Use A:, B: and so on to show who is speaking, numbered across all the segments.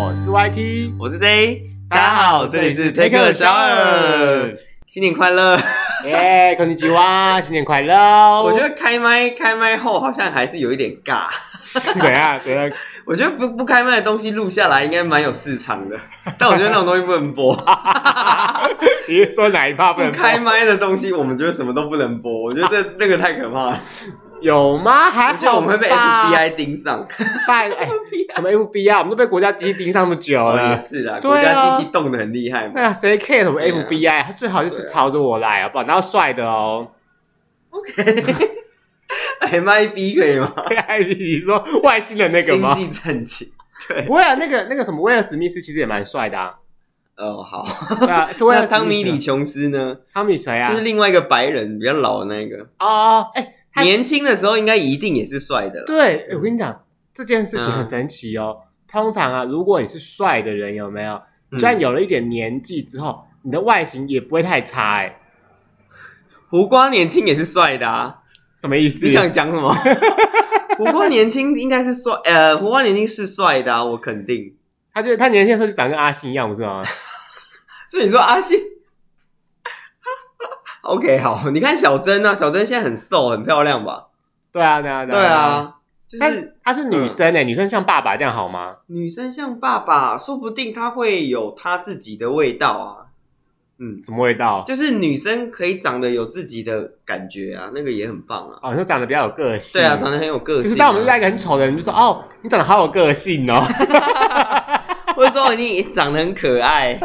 A: YT，
B: 我是 J，大家好，这里是 Take a Shower，。新年快 乐！
A: 耶，恭喜吉哇，新年快乐！
B: 我觉 得开麦开麦后好像还是有一点尬，
A: 怎样怎样，
B: 我觉得不不开麦的东西录下来应该蛮有市 场的，但我觉得那种东西不能播，
A: 你是说哪一趴不
B: 不
A: 能播
B: 开麦的东西我们觉得什么都不能播，我觉得这那个太 可怕了，
A: 有吗？还
B: 我
A: 好
B: 觉得我们会被
A: 吧
B: FBI 盯上，
A: 拜哎，什么 FBI？我们都被国家机器盯上那么久
B: 哦也
A: 了。
B: 是啦，
A: 对啊
B: 国家机器动的很厉害嘛。
A: 那谁 care 什么
B: 对啊
A: FBI？他最好就是朝着我来，好不好？然后帅的哦。
B: MIB 可以吗？
A: 你说外星 人那个吗？
B: 星际战警。
A: 不会啊，那个那个什么威尔史密斯其实也蛮帅的啊。
B: 哦，好。
A: 对啊，是威尔史密
B: 那
A: 斯吗
B: 汤米里琼斯呢？
A: 汤米谁啊？
B: 就是另外一个白人，比较老的那个。
A: 哦，哎、他
B: 年轻的时候应该一定也是帅的了。
A: 对，哎我跟你讲这件事情
B: 嗯
A: 很神奇哦。通常啊，如果你是帅的人，有没有？
B: 嗯
A: 虽然有了一点年纪之后，你的外形也不会太差、哎，
B: 胡瓜年轻也是帅的啊！
A: 什么意思
B: 你？想 讲什么？胡瓜年轻应该是帅，呃，胡瓜年轻是帅的啊，我肯定。
A: 他就他年轻的时候就长得跟阿信一样，不是吗？
B: 所以你说阿信 ？OK，好，你看小珍啊，小珍现在很瘦，很漂亮吧？
A: 对啊，对啊，
B: 对，啊，就
A: 但
B: 是嗯
A: 她是女生哎、女生像爸爸这样好吗？
B: 女生像爸爸，说不定她会有她自己的味道啊。嗯，
A: 什么味道？
B: 就是女生可以长得有自己的感觉啊，那个也很棒啊。
A: 哦，你说长得比较有个性，
B: 对啊，长得很有个性、啊。
A: 就是当我们遇到一个很丑的人，就说哦，你长得好有个性哦。
B: 或者说你长得很可爱，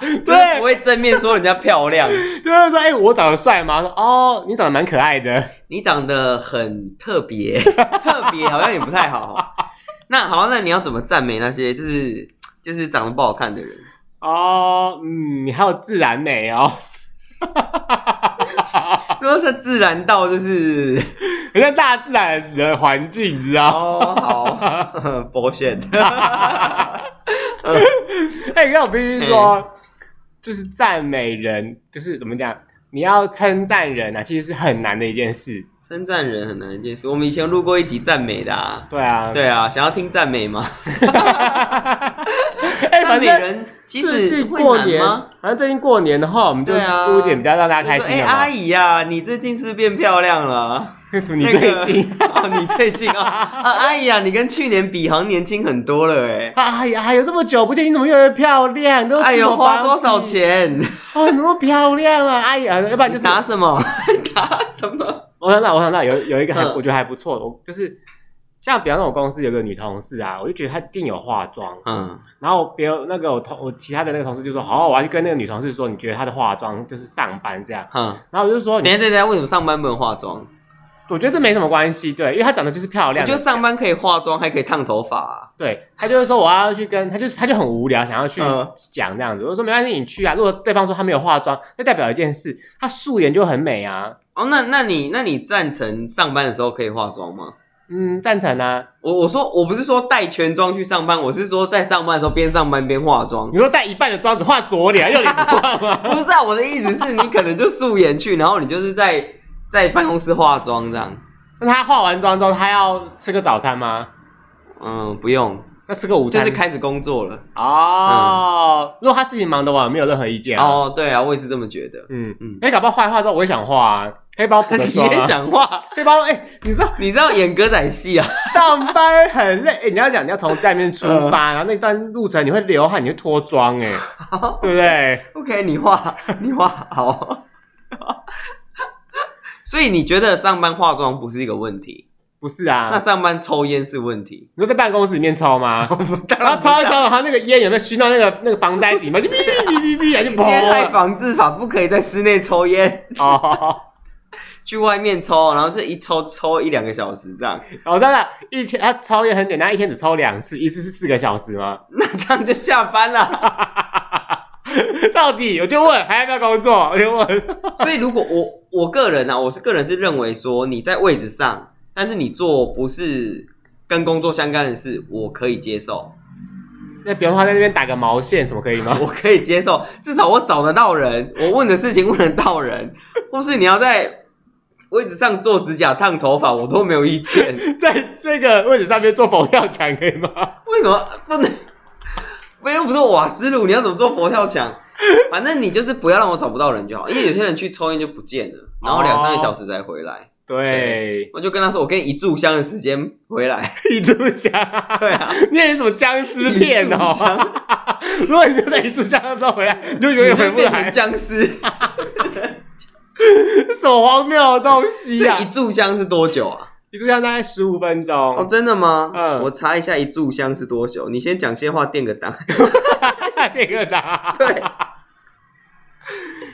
B: 就是
A: 对
B: 不会正面说人家漂亮，
A: 就是说，哎、我长得帅吗？说哦，你长得蛮可爱的。
B: 你长得很特 别，特别好像也不太好。那好，那你要怎么赞美那些就是就是长得不好看的人？
A: 哦，嗯，你还有自然美哦，
B: 就是他自然 到就是
A: 很像大自然的环境，你知道？
B: 哦，好 bullshit，
A: 哎、那我必须
B: 嗯
A: 说，就是赞美人，就是怎么讲？你要称赞人啊，其实是很难的一件事。
B: 称赞人很难的一件事。我们以前录过一集赞美的啊，
A: 对啊，
B: 对啊，想要听赞美吗？
A: 哎、
B: 赞
A: 反
B: 美
A: 正
B: 人其
A: 最
B: 实
A: 近
B: 会
A: 过
B: 难
A: 年
B: 吗？，
A: 反正最近过年的话，我们就
B: 对啊
A: 录一点比较让大家开
B: 就说
A: 心
B: 哎、
A: 的嘛。
B: 阿姨呀、你最近是不是变漂亮了？
A: 什么？你
B: 那
A: 最
B: 个
A: 近？
B: 哦，你最近啊、啊，阿姨啊，你跟去年比，好像年轻很多了哎。
A: 哎呀，还有这么久不见，你怎么越来越漂亮？你都
B: 哎
A: 吃什
B: 呦，
A: 么芭
B: 花
A: 比
B: 多少钱？
A: 哦，你怎么漂亮啊？哎呀，要不然就是
B: 打 什么？打什么？
A: 我想到，我想到有有一个还、
B: 嗯
A: 我觉得还不错，我就是像比方说我公司有个女同事啊，我就觉得她一定有化妆，
B: 嗯，
A: 然后别人那个我同我其他的那个同事就说，好，我要去跟那个女同事说，你觉得她的化妆就是上班这样，
B: 哼、
A: 然后我就说，
B: 等
A: 你
B: 一下，等一下，为什么上班不能化妆？
A: 我觉得这没什么关系，对，因为她长得就是漂
B: 我
A: 亮
B: 觉
A: 的，
B: 得上班可以化妆，还可以烫头发啊、
A: 对，她就是说我要去跟她就是她就很无聊，想要去
B: 嗯
A: 讲这样子，我就说没关系，你去啊，如果对方说她没有化妆，那代表一件事，她素颜就很美啊，
B: 哦，那那你那你赞成上班的时候可以化妆吗？
A: 嗯，赞成啊，
B: 我我说我不是说带全妆去上班，我是说在上班的时候边上班边化妆。
A: 你说带一半的妆只画左脸，右脸不画吗？
B: 不是啊，我的意思是你可能就素颜去，然后你就是在在办公室化妆这样。
A: 那他化完妆之后，他要吃个早餐吗？
B: 嗯，不用，
A: 那吃个午
B: 就
A: 餐？
B: 是开始工作了。
A: 哦。如果他事情忙得完，没有任何意见、啊。哦，
B: 哦，对啊，我也是这么觉得。
A: 嗯嗯
B: 嗯。
A: 哎、搞不好画一画之后，我也想画、啊，可以帮我补个
B: 你
A: 妆、
B: 也
A: 啊。
B: 讲话，
A: 可以帮我哎、你知道
B: 你知道演歌仔戏啊？
A: 上班很累，哎、你要讲你要从家里面出发，然后那段路程你会流汗，你会脱妆、哎，对不对？
B: OK，你画，你画好。所以你觉得上班化妆不是一个问题，
A: 不是啊，
B: 那上班抽烟是问题？
A: 你说在办公室里面抽吗？
B: 当
A: 然后
B: 不
A: 抽一
B: 是
A: 抽，
B: 啊
A: 然后那个烟有没有熏到那个那个防灾警报？就哔哔哔哔哔，然后就
B: 《
A: 砰
B: 烟害
A: 了。啊
B: 防治法》不可以在室内抽烟，
A: 哦，
B: 去外面抽，然后就一抽抽一两个小时这样。
A: 我哦真的，一天他抽烟很简单，一天只抽两次，一次是四个小时吗？
B: 那这样就下班了。
A: 到底我就问还要不要工作？ 我就问，
B: 所以如果我我个人啊，我是个人是认为说你在位置上，但是你做不是跟工作相干的事，我可以接受，
A: 那比方说他在那边打个毛线什么可以吗？
B: 我可以接受，至少我找得到人，我问的事情问得到人，或是你要在位置上做指甲、烫头发，我都没有意见。
A: 在这个位置上面做佛跳墙可以吗？
B: 为什么不能？没有，不是瓦斯炉，你要怎么做佛跳墙？反正你就是不要让我找不到人就好，因为有些人去抽烟就不见了，然后两三个小时才回来。
A: 对，
B: 我就跟他说，我给你一炷香的时间回来。
A: 一炷香，
B: 对啊，
A: 你演什么僵尸片
B: 一炷
A: 哦？
B: 香，
A: 如果你就在一炷香之后回来，你就永
B: 你
A: 远
B: 就
A: 回不
B: 变
A: 来
B: 成，僵尸。
A: 什么荒谬的东
B: 这
A: 西啊
B: 一！炷香是多久啊？
A: 一炷香大概十五分
B: 哦，
A: 钟，
B: 真的吗？
A: 嗯
B: 我查一下一炷香是多久。你先讲些话垫 个档。
A: 这个答。
B: 对，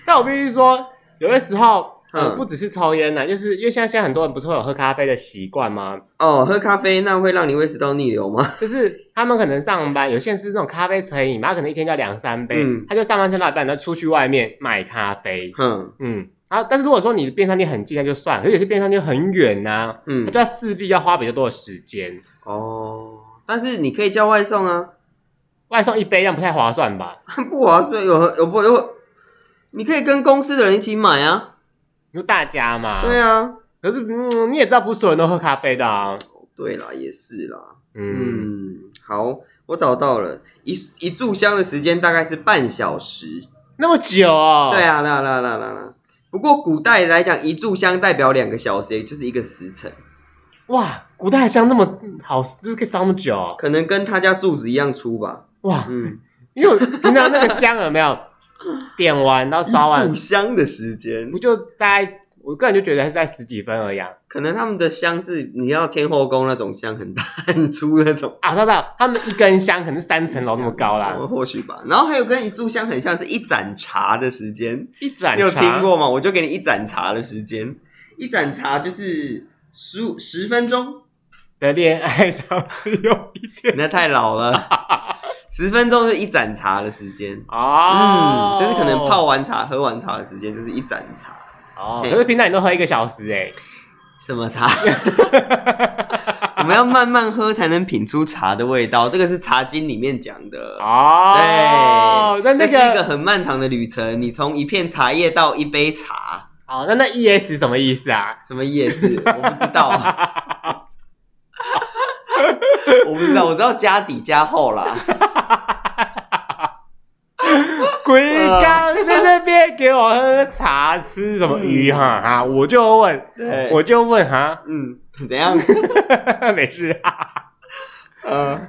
A: 但我必须说，有的时候，呃
B: 嗯
A: 不只是抽烟呐，就是因为像现在很多人不是会有喝咖啡的习惯吗？
B: 哦，喝咖啡那会让你胃食道逆流吗？
A: 就是他们可能上班，有些人是那种咖啡成瘾嘛，他可能一天就要两三杯，
B: 嗯
A: 他就上班上到一半，然后出去外面买咖啡，
B: 哼，
A: 嗯，然后但是如果说你的便利商店很近，那就算了，可是有些便利商店很远呐、他
B: 嗯，
A: 就要势必要花比较多的时间，
B: 哦，但是你可以叫外送啊，
A: 外送一杯这样不太划算吧？
B: 不划算，有有不有，你可以跟公司的人一起买啊。
A: 你说大家嘛，
B: 对啊，
A: 可是嗯，你也知道不是所有人都喝咖啡的啊，
B: 对啦，也是啦。
A: 嗯，
B: 嗯，好，我找到了一一炷香的时间大概是半小时。
A: 那么久哦，
B: 对啊，啦啦啦啦啦。不过古代来讲，一炷香代表两个小时，也就是一个时辰。
A: 哇，古代的香那么
B: 嗯
A: 好，就是可以烧那么久哦、
B: 可能跟他家柱子一样粗吧。
A: 哇！
B: 嗯，
A: 因为我平常那个香有没有 点完到烧完
B: 炷，香的时间
A: 不，就大概我个人就觉得还是在十几分而已啊。
B: 可能他们的香是你要天后宫那种香，很大很粗那种。
A: 啊，知道知道，他们一根香可能是三层楼那么高啦，
B: 哦或许吧。然后还有跟一炷香很像是一盏茶的时间，
A: 一盏
B: 你有
A: 茶
B: 听过吗？我就给你一盏茶的时间，一盏茶就是十五十分钟，
A: 的恋爱上有一点
B: 你那太老 了，十分钟是一盏茶的时间。
A: 哦
B: 嗯，，就是可能泡哎完茶、喝完茶的时间就是一盏茶，
A: 哦，可是平常你都喝一个小时哎、
B: 什么茶？我们要慢慢喝才能品出茶的味道，这个是茶经里面讲的。
A: 哦，那那
B: 对，这是一
A: 个
B: 个很漫长的旅程，你从一片茶叶到一杯茶，
A: 哦，那那 E S 什么意思啊？
B: 什么意思？我不知道， 我不知道，我知道家底家后啦。
A: 鬼刚在那边给我喝茶，吃什么鱼哈哈，我就问，
B: 对
A: 我就问哈，
B: 嗯，怎样？
A: 没事哈。
B: 呃，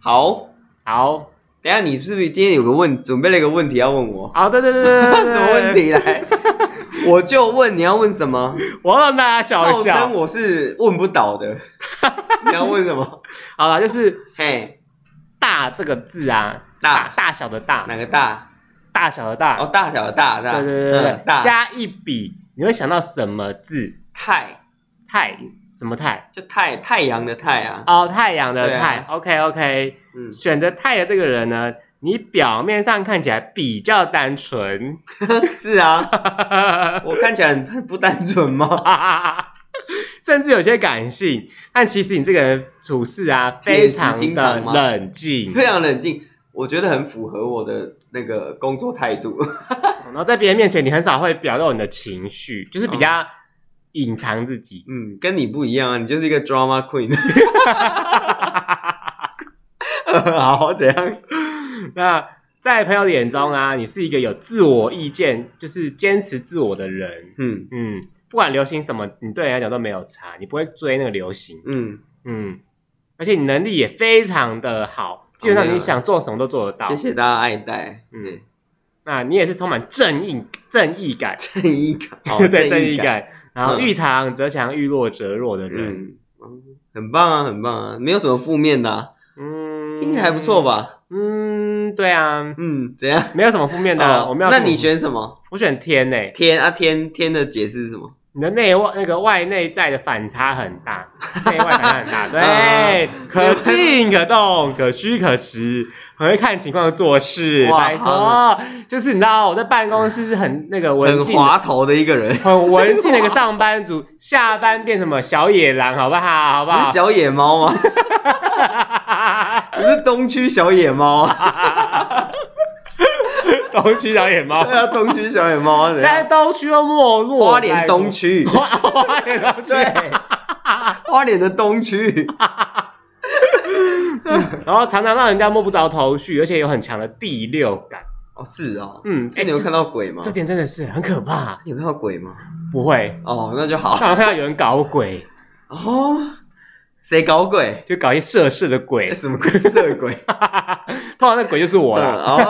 B: 好，
A: 好，
B: 等一下你是不是今天有个问，准备了一个问题要问我？
A: 好，对对对 对对，
B: 什么问？题来？ 我就问你要问什么？
A: 我让大家笑
B: 号
A: 一笑
B: 称。我是问不 倒的，你要问什么？
A: 好了，就是
B: 嘿，
A: “大”这个字啊，
B: 大
A: 大小的大，
B: 哪个大？
A: 大小的大
B: 哦，，大小的大，大，
A: 对对对对
B: 嗯，大
A: 加一笔，你会想到什么字？
B: 太
A: 太什么太？
B: 就太太阳的太啊，
A: 哦，太阳的
B: 对啊
A: 太。OK OK，
B: 嗯，
A: 选择太的这个人呢，你表面上看起来比较单纯，
B: 是 啊，我看起来很很不单纯吗？
A: 甚至有些感性，但其实你这个人处事啊，非常
B: 铁石心
A: 的
B: 肠吗
A: 冷静。
B: 非常冷静，我觉得很符合我的那个工作态度。
A: 然后在别人面前，你很少会表露你的情绪，就是比较隐藏自己。
B: 嗯，跟你不一样啊，你就是一个 drama queen。好，怎样？
A: 那在朋友的眼中啊，你是一个有自我意见，就是坚持自我的人。
B: 嗯
A: 嗯，不管流行什么，你对人来讲都没有差，你不会追那个流行。
B: 嗯，
A: 嗯，而且你能力也非常的好，基本上你想做什么都做得到。
B: 谢谢大家爱戴。
A: 嗯，那你也是充满正义正义感，
B: 正义感，哦
A: 对
B: 正
A: 正义。感，然后
B: 嗯
A: 遇强则强，遇弱则弱的人。
B: 嗯，很棒啊，很棒啊，没有什么负面的啊、
A: 嗯，
B: 听起来还不错？吧？
A: 嗯，对啊，
B: 嗯，怎样？
A: 没有什么负面的啊。
B: 哦
A: 我没有什
B: 那
A: 么。
B: 你选什么？
A: 我选天呢、
B: 天啊，天天的解释是什么？
A: 你的内外那个外内在的反差很大，内外反差很大，
B: 嗯
A: 对，可进可动，可虚可实，很会看情况做事。
B: 哇
A: 拜托
B: 好，
A: 就是你知道我在办公室是很那个文
B: 很
A: 静的。
B: 滑头的一个人，
A: 很文静的一个上班族，下班变什么小野狼，好不好？好不
B: 你
A: 好
B: 是？小野猫 吗？你是东区小野猫 啊？
A: 东区小野猫
B: 对，啊，东区小野猫 啊，怎
A: 现在
B: 样？
A: 东区又没落，
B: 花莲东区，
A: 拜托， 花花莲东区
B: 对，花莲的东区，
A: 然后常常让人家摸不着头绪，而且有很强的第六感。
B: 哦，是哦。
A: 嗯，
B: 哎，
A: 哎
B: 你有
A: 这
B: 看到鬼吗
A: 这？点真的是很可怕。
B: 你有看到鬼吗？
A: 不会，
B: 哦，那就好。
A: 但我看到有人搞鬼，
B: 哦，谁搞鬼？
A: 就搞一些涉事的鬼
B: 哎，什么鬼？色鬼？
A: 通常那鬼就是我
B: 嗯
A: 啦。
B: 哦，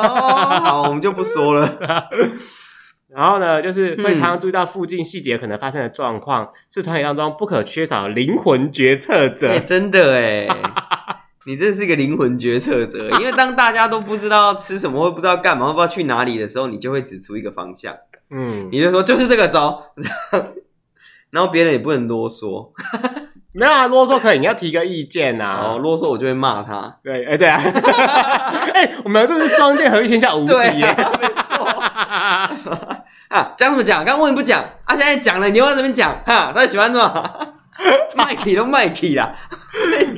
B: 好，我们就不说了。
A: 然后呢，就是会
B: 嗯
A: 常常注意到附近细节可能发生的状况，是团体当中不可缺少的灵魂决策
B: 哎、
A: 者。
B: 真的哎，你真的是个灵魂决策者。因为当大家都不知道吃什么，或不知道干嘛，或不知道去哪里的时候，你就会指出一个方向，
A: 嗯，
B: 你就说就是这个招， 然后别人也不能啰嗦，
A: 没有啊，啰嗦可以，你要提个意见呐、
B: 然
A: 啊。
B: 后啰嗦我就会骂他。
A: 对，哎、对 啊，哎、我们这是双剑合璧天下无敌
B: 对、
A: 耶。
B: 啊，没错。 啊，讲什么讲？刚问不讲，啊，现在讲了，你又在这边讲，哈，他喜欢什 么？麦克都麦克啦，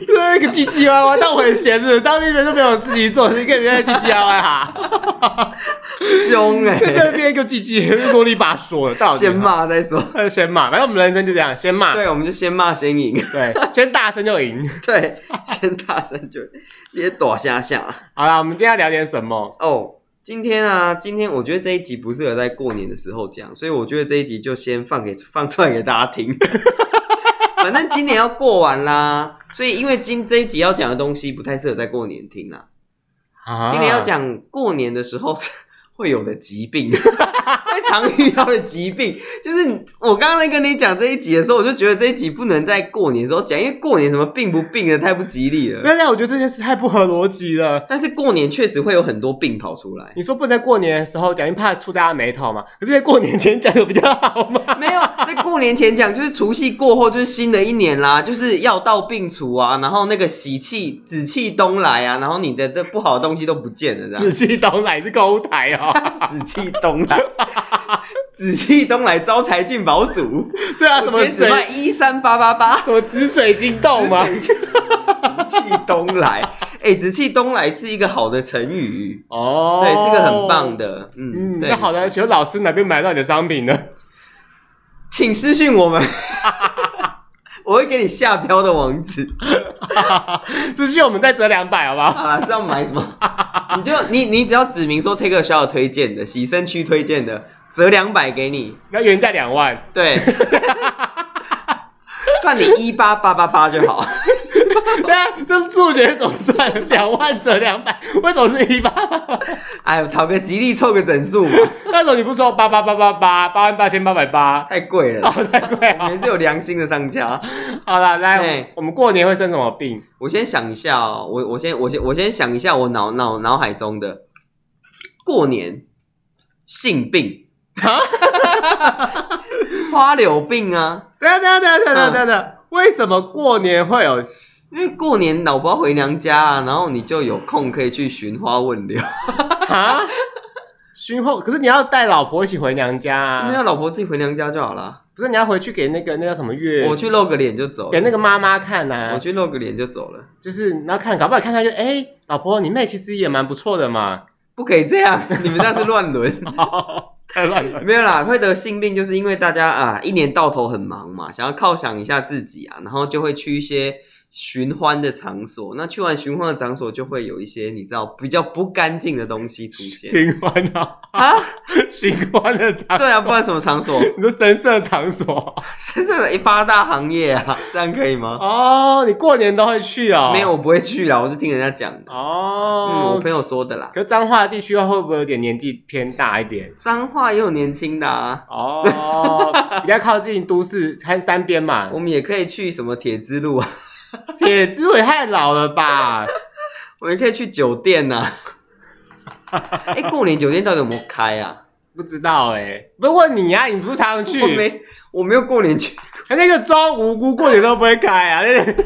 A: 那个唧唧歪歪当回鞋子，当那边都没有自己做，你跟别人唧唧歪歪哈，
B: 凶 哎、
A: 那边一个唧唧，啰里吧嗦的，到底哈
B: 先，骂再说。
A: 呃先骂，反正我们人生就这样，先骂，
B: 对，我们就先骂先赢。
A: 对，先大声就赢。
B: 对，先大声就别躲下下
A: 好啦，我们今天要聊点什么？
B: 哦。今天啊，今天我觉得这一集不适合在过年的时候讲，所以我觉得这一集就先放给放出来给大家听。 反正今年要过完啦，所以因为今这一集要讲的东西不太适合在过年听啦。
A: 啊
B: 今天要讲过年的时候 会有的疾病， 会常遇到的疾病，就是你我刚刚在跟你讲这一集的时候，我就觉得这一集不能在过年的时候讲，因为过年什么病不病的太不吉利了。
A: 那那我觉得这件事太不合逻辑了。，
B: 但是过年确实会有很多病跑出来
A: 你说不能在过年的时候讲，因为怕触大家眉头嘛。可是在过年前讲有比较好 吗？
B: 没有在过年前讲，就是除夕过后就是新的一年啦，就是药到病除啊，然后那个喜气紫气东来啊，然后你的这不好的东西都不见了，这
A: 紫气东来是购物台哦。
B: 样紫气东来， 紫气东来招财进宝组，
A: 对啊，
B: 什
A: 什
B: 么
A: 么
B: 只
A: 水
B: 卖一三八八八，
A: 什么紫水晶洞吗？
B: 紫气东来，哎、紫气东来是一个好的成语，
A: 哦，
B: 对，是个很棒。的，嗯，
A: 嗯，
B: 对
A: 那，好的，请问老师哪边买到你的商品呢？
B: 请私信我们， 我会给你下标的网址。
A: 只需要我们再折两百，好不好？
B: 好啦，是要买什么？你就你你只要指明说 Take a Shower 推荐的，洗身区推荐的，折两百给你，
A: 那原价两万，
B: 对， 算你一八八八八就好。
A: 那这数学总算两万折两百，为什么是一八八八？
B: 哎呦，讨个吉利，凑个整数嘛，
A: 那时候你不说八八八八八八万八千八百八，
B: 太贵了。
A: 哦，太贵了。
B: 也是有良心的商家。
A: 好了，来
B: 对，
A: 我们过年会生什么病？
B: 我先想一下哦，我我先我先我先想一下我脑脑脑海中的过年性病
A: 啊，
B: 花柳病啊，
A: 等下等下等下等下等下，为什么过年会有？
B: 因为过年老婆回娘家啊，然后你就有空可以去寻花问柳。
A: 啊？熏后，可是你要带老婆一起回娘家
B: 没
A: 啊
B: 有，老婆自己回娘家就好了，
A: 不是你要回去给那个那叫什么月，
B: 我去露个脸就走
A: 给
B: 了。
A: 那个妈妈看呐、
B: 我去露个脸就走了，
A: 就是然后看，搞不好看看就哎、老婆你妹其实也蛮不错的 嘛，
B: 不可以这样，你们这样是乱伦。
A: 太乱了。
B: 没有啦，会得性病就是因为大家啊一年到头很忙嘛，想要犒赏一下自己啊，然后就会去一些寻欢的场所。那去完寻欢的场所，就会有一些你知道比较不干净的东西出 现
A: 寻欢啊，
B: 啊。
A: 寻欢的场，
B: 对啊，不然什么场所？
A: 你说神社场所
B: 这是八大行业啊，这样可以吗？
A: 哦，你过年都会去哦？
B: 没有，我不会去啦，我是听人家讲的，嗯，我
A: 哦。
B: 朋友说的啦。
A: 可是彰化地区会不会有点年纪偏大一点？
B: 彰化也有年轻的啊，
A: 哦，比较靠近都市，看山边嘛
B: 我。们也可以去什么铁之路啊，
A: 铁之尾太老了吧？
B: 我们也可以去酒 店呐、啊。哎、过年酒店到底有没有开啊？
A: 不知道哎、不是问你啊，你不是常常去
B: 我？没我没有过年去，
A: 那个装无辜过年都不会开啊，那个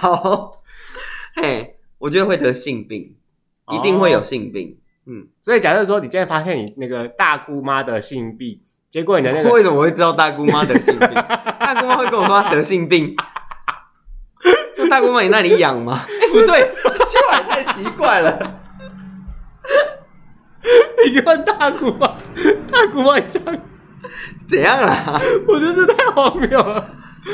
B: 好，嘿，我觉得会得性病，
A: 哦
B: 一定会有性病。
A: 所以假设说你今天发现你那个大姑妈得性病，结果你的那个
B: 为什么会知道大姑妈得性 病？大姑妈会跟我说她得性病，就大姑妈你那里 痒吗？哎、不对，这句话也太奇怪了。
A: 你问大姑妈，大姑妈一下，
B: 怎样啦？
A: 我觉得这太荒谬了。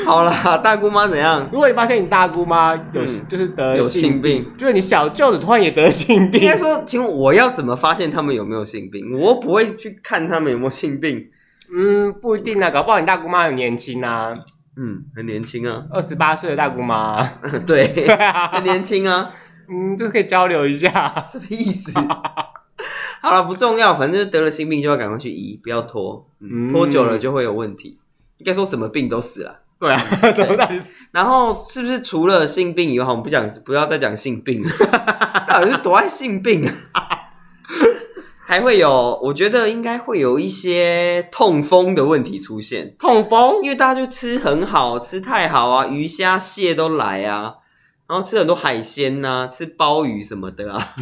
B: 好啦，大姑妈怎样？
A: 如果你发现你大姑妈有、
B: 嗯
A: 就是得
B: 有性
A: 呃性，
B: 病？
A: 就是你小舅子突然也得性
B: 应
A: 病
B: 该，说，请问我要怎么发现他们有没有性病？我又不会去看他们有没有性病。
A: 嗯，不一定啊，搞不好你大姑妈很年轻啊，
B: 嗯，很年轻啊，
A: 二十八岁的大姑妈，
B: 对
A: 对，啊
B: 很，年轻啊，
A: 嗯，就是可以交流一下。
B: 什么意思？好了，不重要，反正就是得了性病就要赶快去医，不要拖，嗯
A: 嗯
B: 拖久了就会有问题。应该说什么病都死了。
A: 对啊， 什么到底是
B: 然后是不是除了性病以外，我们不讲，不要再讲性病了，到底是多爱性病啊？还会有，我觉得应该会有一些痛风的问题出现，
A: 痛风？
B: 因为大家就吃很好，吃太好啊，鱼虾蟹都来啊，然后吃很多海鲜呐、吃鲍鱼什么的啊，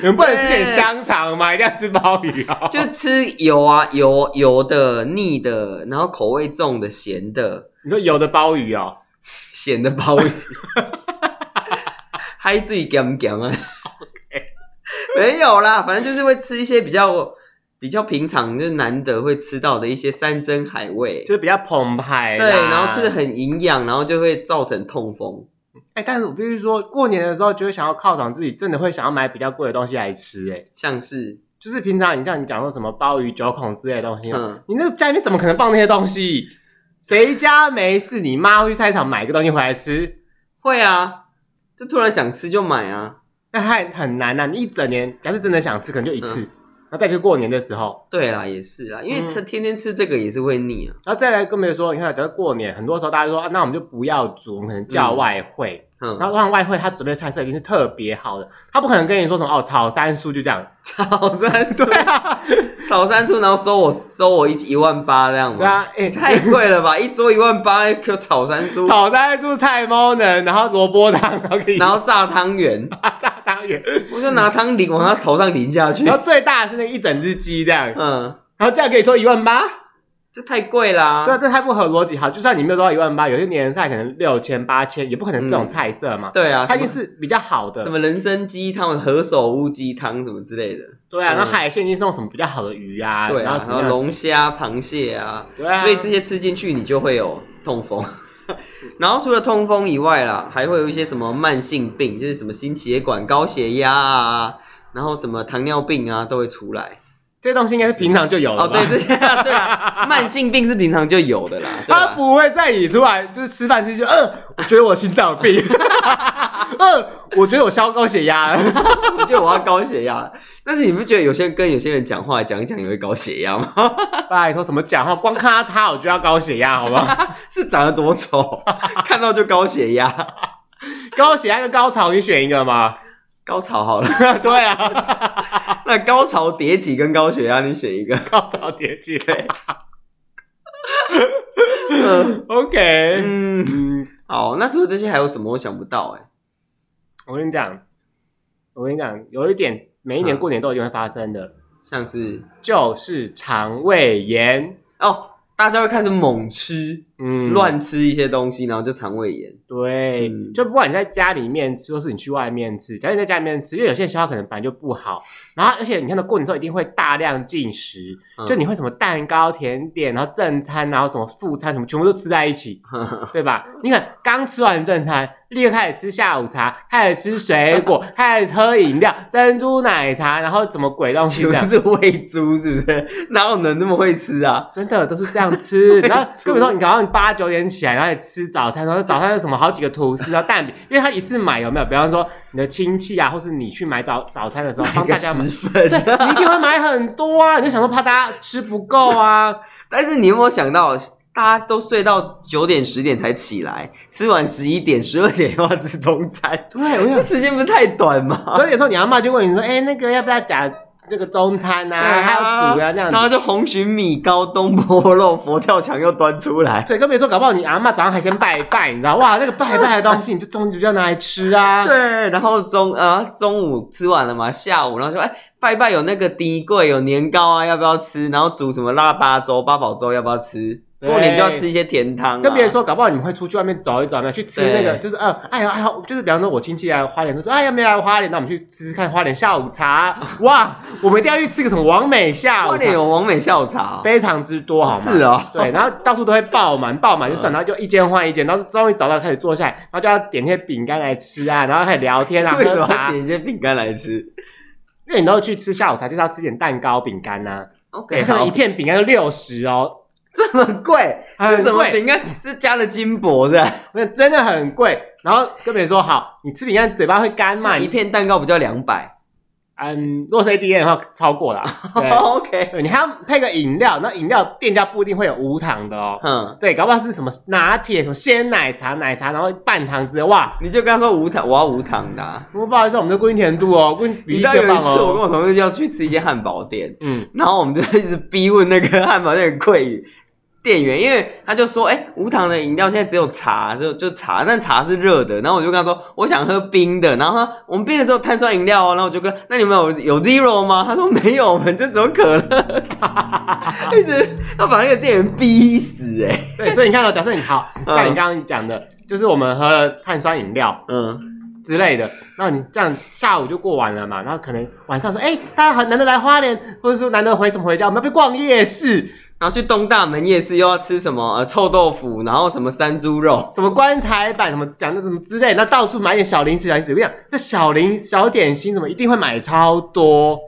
A: 你们不能吃点香肠吗？一定要吃鲍鱼啊、
B: 就吃油啊油油的、腻的，然后口味重的、咸的、
A: 你说有的鲍鱼哦，
B: 咸的鲍 鱼，嗨最咸咸啊。没有啦，反正就是会吃一些比较比较平常，就是难得会吃到的一些山珍海味，
A: 就是比较澎湃啦。
B: 对，然后吃的很营养，然后就会造成痛风。
A: 哎、但是我必须说，过年的时候就会想要犒赏自己，真的会想要买比较贵的东西来吃、哎，
B: 像是
A: 就是平常你像你讲说什么鲍鱼、九孔之类的东西嘛，
B: 嗯
A: 你那个家里面怎么可能放那些东西？谁家没事？你妈会去菜市场买个东西回来吃，
B: 会啊，就突然想吃就买啊，
A: 那还很难啊呐、你一整年，假设真的想吃，可能就一次，
B: 嗯
A: 然后再去过年的时候，
B: 对啦，也是啦，因为
A: 嗯
B: 他天天吃这个也是会腻啊，
A: 然后再来跟别人说，你看，等到过年，很多时候大家说、啊那我们就不要煮，我们可能叫外汇。然
B: 嗯，
A: 后让外汇他准备的菜色一定是特别好的，他不可能跟你说什么哦炒三蔬就这 样，
B: 炒三醋，
A: 对啊，
B: 炒三醋，然后收我收我一一万八这样
A: 对
B: 吗？
A: 啊，哎、
B: 太贵了吧，一桌一万八，可炒 三酥，
A: 炒三蔬菜猫能，然后萝卜汤，然后给你
B: 然后炸汤圆，
A: 炸汤 圆，
B: 我就拿汤淋往他头上淋下去
A: 然。后最大的是那一整只鸡这样，
B: 嗯，
A: 然后这样可以收一万八，
B: 啊这太贵
A: 对啊，
B: 啦。
A: 这太不合逻辑。好，就算你没有收到一万八，有些年菜可能六千八千，也不可能是这
B: 嗯
A: 种菜色嘛，
B: 对啊，
A: 它
B: 什
A: 一定
B: 么
A: 是比较好的
B: 什，么人参鸡汤、何首乌鸡汤什么之类的，
A: 对啊，
B: 嗯
A: 那海鲜一定是用什么比较好的鱼啊，
B: 对
A: 然
B: 啊
A: 后，什
B: 然
A: 么
B: 后
A: 样，
B: 龙虾、螃蟹啊，
A: 对啊，
B: 所以这些吃进去你就会有痛风。 然后除了痛风以外啦，还会有一些什么慢性病，就是什么心血管、高血压啊，然后什么糖尿病啊都会出来。
A: 这些东西应该是平常就有的吧，
B: 哦， 对，这些对啊，慢性病是平常就有的啦。对啊
A: 他
B: 吧？
A: 啊不会在你突然就是吃饭时就呃，我觉得我心脏有病， 呃，我觉得我消高血压，
B: 我觉得我要高血压，但是你不觉得有些人跟有些人讲话讲一讲也会高血压吗？
A: 拜托什么讲话，光看到他我就要高血压，好吗？
B: 是长得多丑， 看到就高血压，
A: 高血压跟高潮你选一个吗？
B: 高潮好了。
A: 对啊，
B: 那高潮迭起跟高血压，你选一个。
A: 高潮迭起。OK，
B: 嗯，
A: 嗯，
B: 好，那除了这些还有什么？我想不到哎、
A: 我跟你讲，我跟你讲，有一点每一年过年都一定会发生的，
B: 像是
A: 就是肠胃炎。
B: 哦，大家会开始猛吃，
A: 嗯，哦
B: 乱吃一些东西，然后就肠胃炎。
A: 对，
B: 嗯
A: 就不管你在家里面吃，或是你去外面吃，假如你在家里面吃，因为有些人消化可能本来就不好，然后而且你看到过年之后一定会大量进食，
B: 嗯
A: 就你会什么蛋糕、甜点，然后正餐，然后什么副餐，什么全部都吃在一 起，对吧？你看刚吃完正餐，立刻开始吃下午茶，开始吃水果， 开始喝饮料、珍珠奶茶，然后怎么鬼东西
B: 请
A: 这样
B: 问。是喂猪是不是？哪有人那么会吃啊？
A: 真的都是这样吃，然后
B: 吃
A: 根本说你搞到你八九点起来，然后你吃早餐，然后早餐有什么好几个吐司啊、蛋饼，因为他一次买有没有？比方说你的亲戚啊，或是你去买早早餐的时候，
B: 一
A: 帮
B: 个
A: 大家
B: 十
A: 买，
B: 分。
A: 对你一定会买很多啊，你就想说怕大家吃不够啊，
B: 但是你有没有想到，大家都睡到九点十点才起来，吃完十一点十二点又要吃中餐，
A: 对，我
B: 这
A: 想，
B: 时间不是太短吗？
A: 所以有时候你阿妈就问你说，哎、那个要不要夹这个中餐啊，
B: 哎
A: 还要煮啊这样
B: 然后
A: 子。
B: 就红鲟米糕、东坡肉、佛跳墙又端出来。
A: 对，更别说，搞不好你阿妈早上还先拜一拜，你知道哇？那个拜一拜的东西，你就中午就要拿来吃啊。
B: 对，然后中啊中午吃完了嘛，下午然后说哎拜拜有那个低贵有年糕啊，要不要吃？然后煮什么腊八粥、八宝粥要不要吃？
A: 对
B: 过年就要吃一些甜汤、啊。
A: 跟别人，说，搞不好你们会出去外面找一找呢，去吃那个，
B: 对
A: 就是嗯，哎呀，哎呀，就是比方说我亲戚来花莲，他说哎呀没来花莲，那我们去吃吃看花莲下午茶，啊 哇，我们一定要去吃个什么王美下
B: 过
A: 午
B: 年
A: 茶，
B: 有王美下午茶、
A: 非常之多，好吗？
B: 是哦，嗯
A: 对，然后到处都会爆满，爆满就算，然后就一间换一间，然后终于找到开始坐下来，然后就要点一些饼干来吃啊，然后开始聊天啊，
B: 为什
A: 喝
B: 么
A: 茶
B: 要，点一些饼干来吃
A: 因为你都去吃下午茶，就是要吃点蛋糕、饼干呐、
B: ？OK，
A: 可能
B: 好
A: 一，片饼干就六十哦，
B: 这么贵，
A: 哎很
B: 是什么
A: 贵
B: 饼 干？是加了金 箔是吧？
A: 那真的很贵。然后跟别人说好，你吃饼干嘴巴会干嘛？
B: 那一
A: 你
B: 片蛋糕不就两百
A: 嗯，如果是 ADN 的话，超过 了。对
B: ？OK，
A: 对，你还要配个饮料，那饮料店家不一定会有无糖的哦。
B: 嗯，
A: 对，搞不好是什么拿铁、什么鲜奶茶、奶茶，然后半糖之类。哇，
B: 你就跟他说无糖，我要无糖的啊、
A: 不过不好意思，我们的固定甜度哦，固定比例
B: 你知道有
A: 最
B: 一
A: 棒
B: 次，我
A: 哦。
B: 跟我同事要去吃一间汉堡店，
A: 嗯，
B: 然后我们就一直逼问那个汉堡店的柜店员，因为他就说，哎、无糖的饮料现在只有茶，就就茶，但茶是热的。然后我就跟他说，我想喝冰的。然后他说我们冰的只有碳酸饮料哦。然后我就跟他，那你们有有 zero 吗？他说没有，我们就只有可乐。一直要把那个店员逼死、哎，
A: 对，所以你看哦，假设你好，
B: 嗯
A: 像你刚刚讲的，就是我们喝了碳酸饮料，
B: 嗯，
A: 之类的，那你这样下午就过完了嘛，然后可能晚上说，哎、大家很难得来花莲，或者说难得回什么回家，我们要去逛夜市，
B: 然后去东大门夜市又要吃什么呃臭豆腐，然后什么山猪肉。
A: 什么棺材板，什么讲的什么之类，那到处买点小零食小零食，我跟你讲，那小零小点心怎么一定会买超多，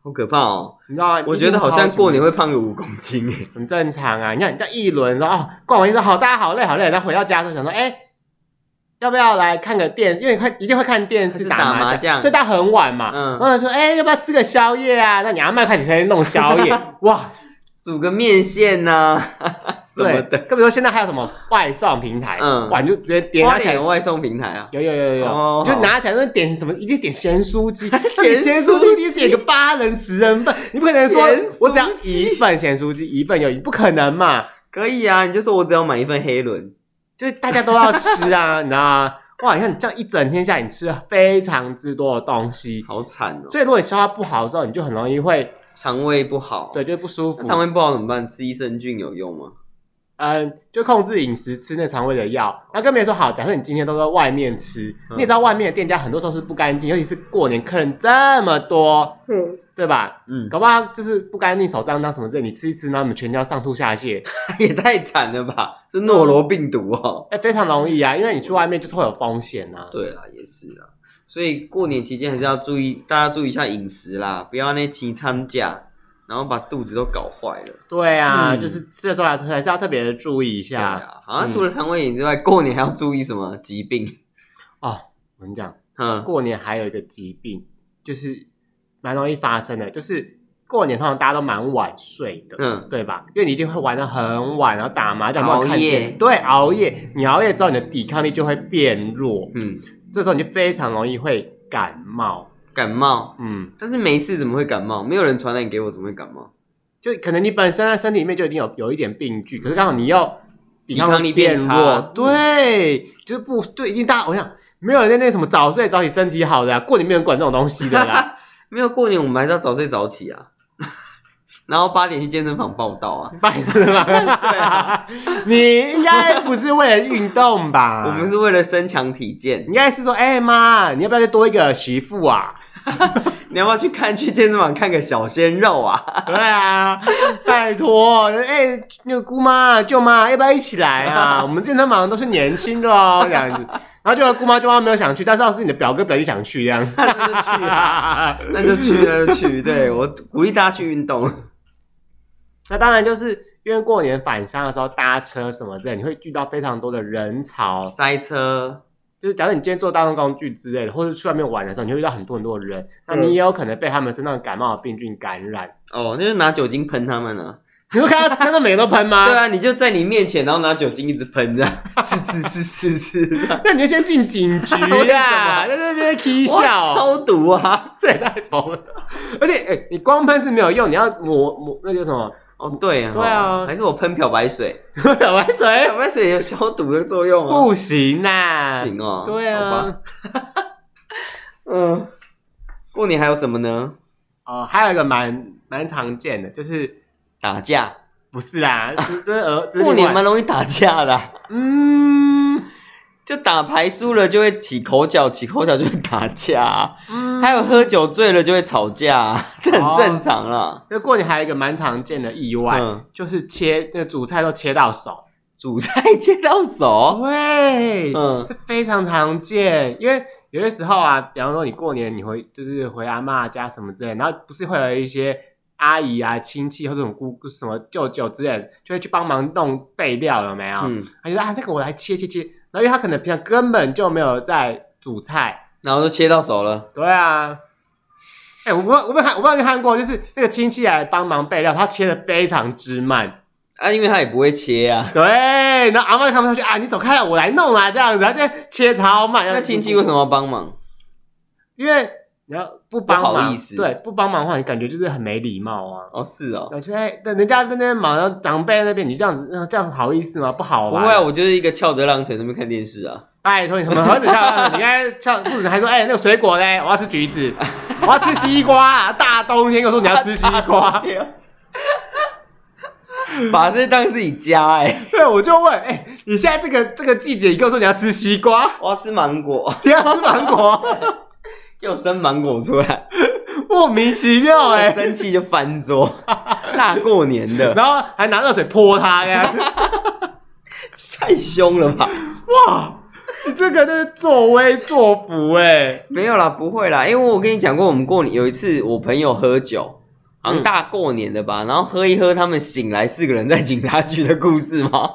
B: 好可怕哦！
A: 你知道吗？
B: 我觉得好像过
A: 一定超级
B: 年会胖个五公斤哎，
A: 很正常啊，你看你这样一轮，然后哦逛完一轮，好，大家好累好累，然后回到家的时候想说，哎、要不要来看个电？因为看一定会看电视
B: 还是打
A: 麻
B: 麻将
A: 对，到很晚嘛。
B: 嗯
A: 我想说，哎、要不要吃个宵夜啊？那你阿妈开始开始弄宵 夜，哇，
B: 煮个面线呐、 什
A: 对
B: 么，的。
A: 更别说现在还有什么外送平台，
B: 嗯
A: 哇，你就直接点
B: 花
A: 拿起
B: 莲
A: 来，
B: 有外送平台啊，
A: 有有有有有，
B: 哦
A: 你就拿起来那点什么，一定点咸酥 鸡，
B: 酥鸡
A: 咸酥鸡，你点个八人十人份，你不可能说
B: 咸酥鸡
A: 我只要一份咸酥鸡，一份有，不可能嘛。
B: 可以啊，你就说我只要买一份黑轮，
A: 就是大家都要吃啊， 你知道吗？哇，你看你这样一整天下来，你吃了非常之多的东西，
B: 好惨哦，
A: 所以如果你消化不好的时候，你就很容易会
B: 肠胃不好。
A: 对，就不舒服
B: 那。肠胃不好怎么办？吃益生菌有用吗？
A: 嗯，就控制饮食，吃那肠胃的药。那跟别人说好，假设你今天都在外面吃，
B: 嗯
A: 你也知道外面的店家很多时候是不干净，尤其是过年客人这么多，
B: 嗯
A: 对吧？
B: 嗯，
A: 搞不好就是不干净，手脏脏什么之类，你吃一吃，然后你们全家上吐下泻，
B: 也太惨了吧，是诺罗病毒哦。
A: 哎、非常容易啊，因为你去外面就是会有风险啊。
B: 对啦，也是啦，所以过年期间还是要注意，大家注意一下饮食啦，不要那期餐假，然后把肚子都搞坏了。
A: 对啊，
B: 嗯
A: 就是吃的时候还是还是要特别的注意一
B: 对
A: 下。
B: 啊，好
A: 嗯
B: 像除了肠胃炎之外，过年还要注意什么疾病？
A: 哦，我跟你讲，
B: 嗯，
A: 过年还有一个疾病，就是蛮容易发生的，就是过年通常大家都蛮晚睡的，
B: 嗯
A: 对吧？因为你一定会玩到很晚，然后打麻将，然后
B: 熬
A: 看
B: 夜
A: 电影对，熬夜。你熬夜之后，你的抵抗力就会变弱，
B: 嗯，
A: 这时候你就非常容易会感冒。
B: 感冒，
A: 嗯，
B: 但是没事怎么会感冒？没有人传染给我，怎么会感冒？
A: 就可能你本身在身体里面就已经有有一点病句，可是刚好你又抵
B: 嗯抵抗力
A: 变
B: 变
A: 弱
B: 差，嗯
A: 对，就是不对，一定大家我想没有人在那什么早睡早起身体好的、啊，过年没有人管这种东西的 啦。
B: 没有过年，我们还是要早睡早起啊， 然后八点去健身房报道啊。
A: 拜登吗？对
B: 啊，
A: 你应该不是为了运动吧？
B: 我们，是为了增强体健
A: 应，该是说，哎、妈，你要不要再多一个媳妇啊？
B: 你要不要去看去健身房看个小鲜肉啊？
A: 对啊，拜托，哎、那个姑妈、舅妈，要不要一起来 啊？我们健身房都是年轻的哦，这样子。然后就姑妈、舅妈没有想去，但是要是你的表哥、表弟想去这样。
B: 那就去啊，那就去，那就去。对我鼓励大家去运动，
A: 那当然就是因为过年返乡的时候搭车什么之类，你会遇到非常多的人潮，
B: 塞车，
A: 就是假如你今天坐大众工具之类的，或者去外面玩的时候，你会遇到很多很多的
B: 嗯
A: 人，那你也有可能被他们身上的感冒的病菌感染。
B: 哦，那就拿酒精喷他们啊。
A: 你会看到看到每个都喷吗？
B: 对啊，你就在你面前，然后拿酒精一直 喷这样，吃吃吃吃吃，
A: 那你就先进警局
B: 为什
A: 啊，在
B: 么
A: 那边 k
B: 哇
A: 笑，
B: 消毒啊！
A: 这也太头了。而且，哎、你光喷是没有用，你要抹抹那叫什么
B: 哦，对啊，
A: 对啊
B: 还是我喷漂白水，
A: 漂白水
B: 漂白水有消毒的作用啊。
A: 不行啦。
B: 行哦，
A: 对
B: 好吧
A: 啊，
B: 嗯，过年还有什么呢？
A: 哦，还有一个蛮蛮常见的，就是
B: 打架，
A: 不是啦，这这呃， 这是
B: 过
A: 另
B: 年
A: 外
B: 蛮容易打架的啊、
A: 嗯
B: 就打牌输了就会起口角，起口角就会打架啊、
A: 嗯，
B: 还有喝酒醉了就会吵架啊、 这很正常啦。
A: 那过年还有一个蛮常见的意外，
B: 嗯
A: 就是切那个主菜都切到手。
B: 主菜接到手，
A: 对，
B: 嗯
A: 这非常常见，因为有些时候啊，比方说你过年你回就是回阿嬷家什么之类，然后不是会有一些阿姨啊、亲戚或者什么姑姑什么舅舅之类的，就会去帮忙弄备料，有没有？
B: 嗯，
A: 他就说啊，那个我来切切切，然后因为他可能平常根本就没有在煮菜，
B: 然后就切到手了，
A: 对啊。哎、我不知道，我没有看，我不知道你有没有看过，就是那个亲戚来帮忙备料，他切的非常之慢，
B: 啊，因为他也不会切啊。
A: 对，然后阿妈看不下去啊，你走开了，我来弄啦，这样子，他就切超慢。
B: 那亲戚为什
A: 么？
B: 么要帮忙？
A: 因为你要不帮忙，
B: 不好意思
A: 对，不帮忙的话，你感觉就是很没礼貌啊。
B: 哦，是哦，
A: 我觉得哎人家在那边忙，然后长辈在那边，你这样子，嗯这样好意思吗？不好
B: 不
A: 吧？
B: 会啊，我就是一个翘着二郎腿在那边看电视啊。
A: 拜托你什么盒子笑笑，你该笑不止还说，哎、那个水果嘞，我要吃橘子，我要吃西瓜，啊大冬天跟我说你要吃西瓜，
B: 把这当自己家哎、
A: 对，我就问，哎、你现在这个这个季节，你跟我说你要吃西瓜，
B: 我要吃啊芒果，
A: 你要吃芒 果，
B: 又生芒果出 来，
A: 莫名其妙哎、
B: 我生气就翻桌， 大过年的
A: 然后还拿热水泼他呀！
B: 太凶了吧？
A: 哇，你这个真是作威作福哎、
B: 没有啦，不会啦，因为我跟你讲过，我们过年有一次，我朋友喝酒，好像大过年的吧，然后喝一喝，他们醒来四个人在警察局的故事吗？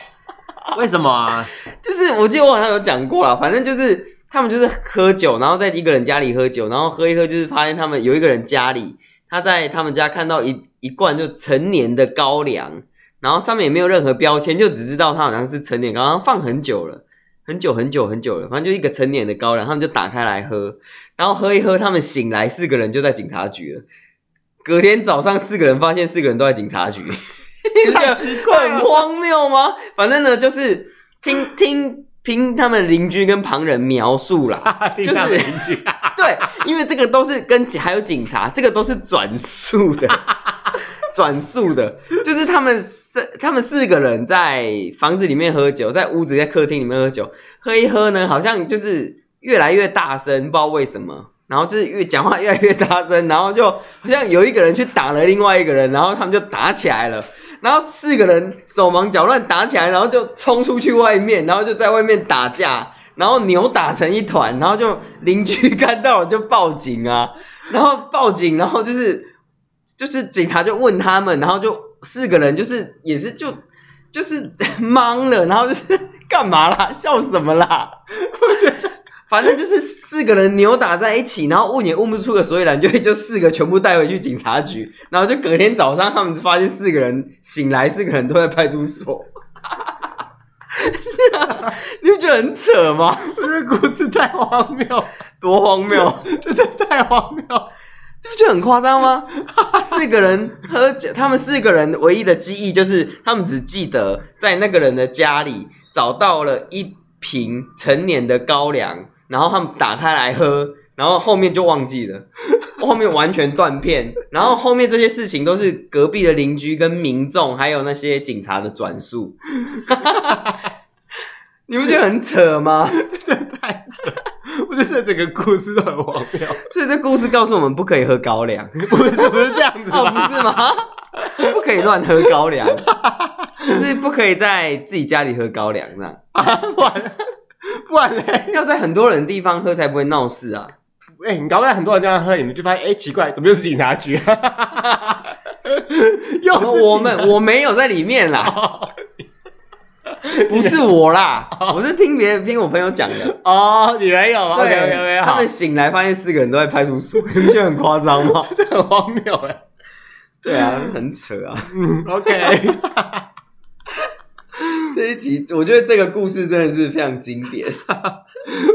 A: 为什么啊？
B: 就是我记得我好像有讲过啦，反正就是他们就是喝酒，然后在一个人家里喝酒，然后喝一喝，就是发现他们有一个人家里，他在他们家看到一一罐就成年的高粱，然后上面也没有任何标签，就只知道它好像是成年高粱，放很久了。很久很久很久了，反正就一个成年的高粱，他们就打开来喝，然后喝一喝，他们醒来四个人就在警察局了。隔天早上，四个人发现四个人都在警察局， 你不觉得
A: 奇
B: 很荒谬吗？反正呢，就是听听听他们邻居跟旁人描 述啦。
A: 了，听他们邻 居啊
B: 对，因为这个都是跟还有警察，这个都是转述的，转述的，就是他们四他们四个人在房子里面喝酒，在屋子在客厅里面喝酒，喝一喝呢，好像就是越来越大声，不知道为什么。然后就是越讲话越来越大声，然后就好像有一个人去打了另外一个人，然后他们就打起来了。然后四个人手忙脚乱打起来，然后就冲出去外面，然后就在外面打架，然后扭打成一团，然后就邻居看到了就报警啊， 然后报警，然后就是就是警察就问他们，然后就四个人就是也是就就是 懵了，然后就是 干嘛啦，笑什么啦？我觉得。反正就是四个人扭打在一起，然后问也问不出个所以然，就就四个全部带回去警察局，然后就隔天早上他们发现四个人醒来，四个人都在派出所。 你不觉得很扯吗？
A: 这个故事太荒谬，
B: 多荒谬！
A: 这真的太荒谬。
B: 这不就很夸张吗？四个人喝酒，他们四个人唯一的记忆就是，他们只记得在那个人的家里找到了一瓶成年的高粱，然后他们打开来喝，然后后面就忘记了， 后面完全断片。然后后面这些事情都是隔壁的邻居、跟民众，还有那些警察的转述。 你不觉得很扯吗？
A: 太扯！我觉得这整个故事都很荒谬，
B: 所以这故事告诉我们，不可以喝高粱。
A: 不是不是这样子
B: 哦，
A: 吧？
B: 不是吗？ 不可以乱喝高粱， 就是不可以在自己家里喝高粱这样，
A: 哦不然不然嘞？
B: 要在很多人的地方喝才不会闹事啊。
A: 哎、你搞不好很多人这样喝，你们就发现，哎、奇怪，怎么又是警察局？ 又是
B: 我们我没有在里面啦，不是我 啦，我是听别人听我朋友讲 的。
A: 哦，你没有？OK OK OK，
B: 他
A: 好
B: 们，醒来发现四个人都在派出所， 你不觉得很夸张 吗？
A: 这很荒谬哎、
B: 对啊，很扯啊！
A: 嗯，OK。
B: 这一集我觉得这个故事真的是非常经 典。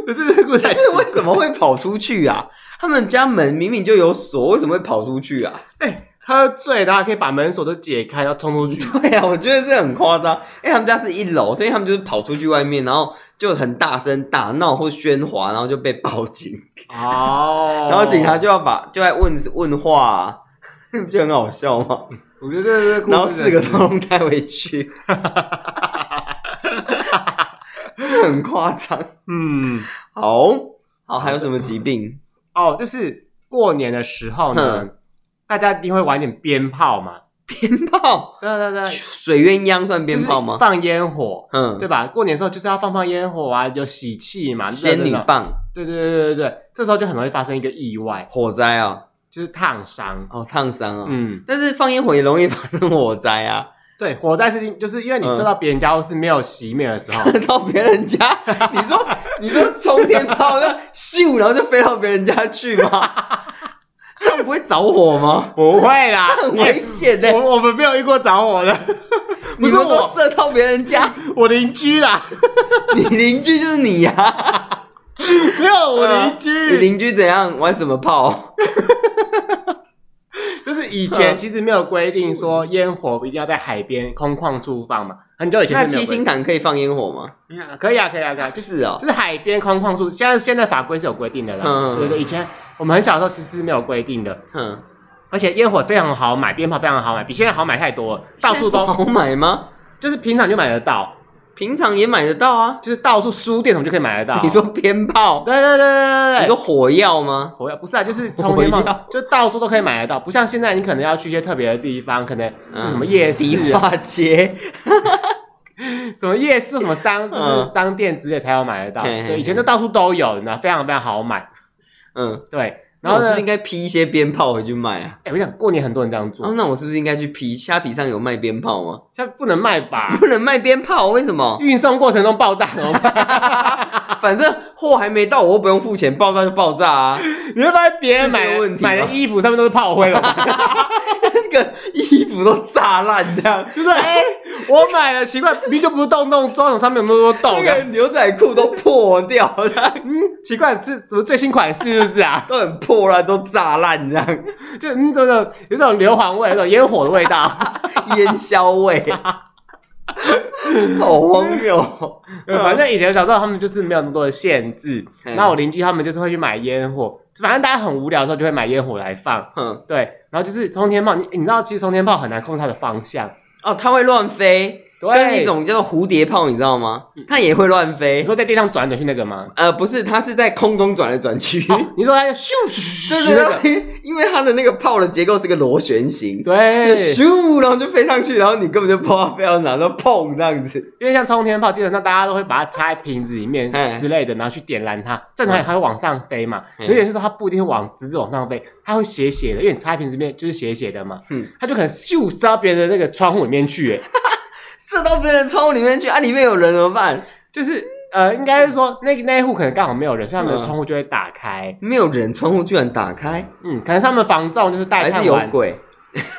A: 不是这个故事太
B: 但
A: 奇
B: 是
A: 怪，
B: 为什么会跑出去啊？他们家门明明就有锁，为什么会跑出去啊？
A: 喝醉然后可以把门锁都解开，然后冲出去。
B: 对啊，我觉得这很夸张，因为他们家是一楼，所以他们就是跑出去外面，然后就很大声大闹或喧哗，然后就被报警，
A: 哦
B: 然后警察就要把就来问问话、啊，你不觉得很好笑吗？
A: 我觉得这这故事
B: 然后四个
A: 真
B: 通
A: 的是
B: 通带回去，很夸张。
A: 嗯，
B: 好，好，还有什么疾病？
A: 哦，就是过年的时候呢，大家一定会玩点鞭炮嘛，
B: 鞭炮，
A: 对对对，
B: 水鸳鸯算鞭炮
A: 呃就是
B: 吗？
A: 放烟火，
B: 嗯，
A: 对吧？过年的时候就是要放放烟火啊，有喜气嘛，
B: 仙女
A: 热热闹
B: 棒，
A: 对对对对对，这时候就很容易发生一个意外，
B: 火灾啊，
A: 就是烫伤。
B: 哦，烫伤啊。
A: 嗯，
B: 但是放烟火也容易发生火灾啊，
A: 对，火灾事情就是因为你射到别人家或是没有熄灭的时候，
B: 到别人家，你说你说冲天炮那咻，然后就飞到别人家去吗？ 这样不会着火吗？
A: 不会啦，
B: 很危险的、
A: 哎我我们没有遇过着火的，不
B: 你
A: 是
B: 们都
A: 我，
B: 射到别人家，
A: 我邻居啦，
B: 你邻居就是你呀、
A: 没有我邻
B: 嗯你
A: 居，
B: 邻居怎样玩什么炮？
A: 就是以前
B: 嗯
A: 其实没有规定说烟火一定要在海边空旷处放嘛，很久以前
B: 那
A: 是没
B: 七
A: 有规
B: 星
A: 定
B: 潭可以放烟火吗？
A: 嗯可以啊，可以啊，可以啊，就是
B: 是哦，
A: 就是海边空旷处，现在现在法规是有规定的啦，
B: 嗯
A: 对对，以前我们很小的时候其实是没有规定的，
B: 哼，
A: 而且烟火非常好买，鞭炮非常好买，比现在好买太多了，到处
B: 现在不
A: 都
B: 哦好买吗？
A: 就是平常就买得到，
B: 平常也买得到啊。
A: 就是到处书店什么就可以买得到。
B: 你说鞭炮，
A: 对？对对对啊对
B: 你
A: 对
B: 说火药吗？
A: 火药不是啊，就是充电
B: 火
A: 宝
B: 药，
A: 就到处都可以买得到，不像现在你可能要去一些特别的地方，可能是什么夜市
B: 迪
A: 啊、
B: 化街，
A: 什么夜市、什么商，就是
B: 嗯
A: 商店之类才有买得到。
B: 嘿嘿
A: 对，
B: 嘿
A: 以前就到处都有，你知道，非常非常好买。
B: 嗯，
A: 对，然
B: 那
A: 后
B: 我是
A: 呢
B: 不是，应该批一些鞭炮回去卖啊？
A: 哎，我想过年很多人这样
B: 哦
A: 做，，
B: 那我是不是应该去批？虾皮上有卖鞭炮吗？
A: 现在不能卖吧？
B: 不能卖鞭炮，为什么？
A: 运送过程中哦爆炸怎
B: 哦
A: 么办？
B: 反正货还没到，我又不用付钱，爆炸就爆炸啊！
A: 你会发现别人
B: 是这个
A: 买的
B: 问题吗
A: 买的衣服上面都是炮 灰了。
B: 那个衣服都炸烂这样，
A: 就是哎、我买了，奇怪，明明就不是洞洞，装什上面有那么多
B: 那
A: 洞
B: 个
A: 的？
B: 牛仔裤都破掉了，
A: 嗯，奇怪，是怎么最新款式是不是啊？
B: 都很破了，都炸烂这样，
A: 就嗯，真的有种硫磺味，有种烟火的味道。
B: 烟硝味， 好荒谬哦！
A: 对呃反正以前小时候他们就是没有那么多的限制，
B: 嗯
A: 那我邻居他们就是会去买烟火，反正大家很无聊的时候就会买烟火来放。
B: 哼，
A: 对，然后就是冲天炮，你你知道，其实冲天炮很难控制它的方向。
B: 哦，它会乱飞，
A: 对嗯
B: 跟一种叫做蝴蝶炮，你知道吗？它也会乱
A: 你
B: 飞。
A: 说在地上转来转去那个吗？
B: 呃，不是，它是在空中转来转去。
A: 哦你说它咻咻
B: 对
A: 咻咻那个，
B: 对对， 因为它的那个炮的结构是个螺旋形，就
A: 对，
B: 咻，然后就飞上去，然后你根本就不知道飞到哪，都砰这样子。
A: 因为像冲天炮，基本上大家都会把它插在瓶子里面
B: 哎
A: 之类的，然后去点燃它。正常它会往上飞嘛，
B: 嗯
A: 有点是说它不一定会往直直往上飞，它会斜斜的，因为你插在瓶子里面就是斜斜的嘛，
B: 嗯
A: 它就可能咻射到别人的那个窗户里面去，哎
B: 射到别人的窗户里面去啊！里面有人怎么办？
A: 就是呃，应该是说那那一户可能刚好没有人，所以他们的
B: 嗯
A: 窗户就会打开，
B: 没有人，窗户居然打开，
A: 嗯，可能是他们房仲就是带
B: 还
A: 看
B: 是有
A: 完，
B: 鬼？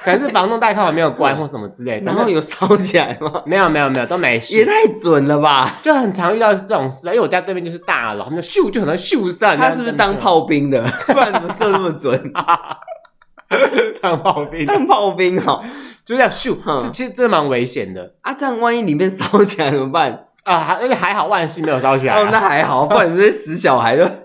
A: 可能是房仲带看完没有关或什么之类的，
B: 然后有烧起来 吗？
A: 没有没有没有都没
B: 也
A: 事，
B: 太准了吧！
A: 就很常遇到这种事啊，因为我家对面就是大楼，他们就咻就可能咻上，
B: 他是不是当炮兵的？不然怎么射那么准？
A: 当炮兵？
B: 当炮兵哦！
A: 就这样咻，
B: 嗯
A: 是其实真的蛮危险的
B: 啊，这样万一里面烧起来怎么办？
A: 啊！还而且还好万幸没有烧起来、啊。
B: 哦，那还好，不然你们这些死小孩的。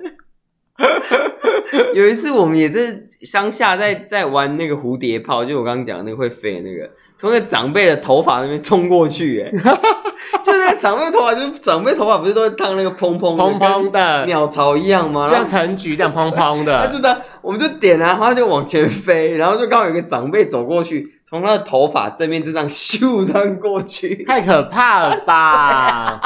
B: 有一次我们也在乡下在在玩那个蝴蝶炮，就我刚刚讲的那个会飞的那个，从那个长辈的头发那边冲过去、欸， 就那个长辈头发，就是长辈头发不是都会烫那个蓬蓬的
A: 砰砰
B: 跟
A: 的，
B: 鸟巢一样吗？
A: 就像
B: 然后
A: 橙橘这样砰砰
B: 他
A: 的，
B: 就在，我们就点啊，然后他就往前飞，然后就刚好有一个长辈走过去，从他的头发正面就这样咻这样过去，
A: 太可怕了吧！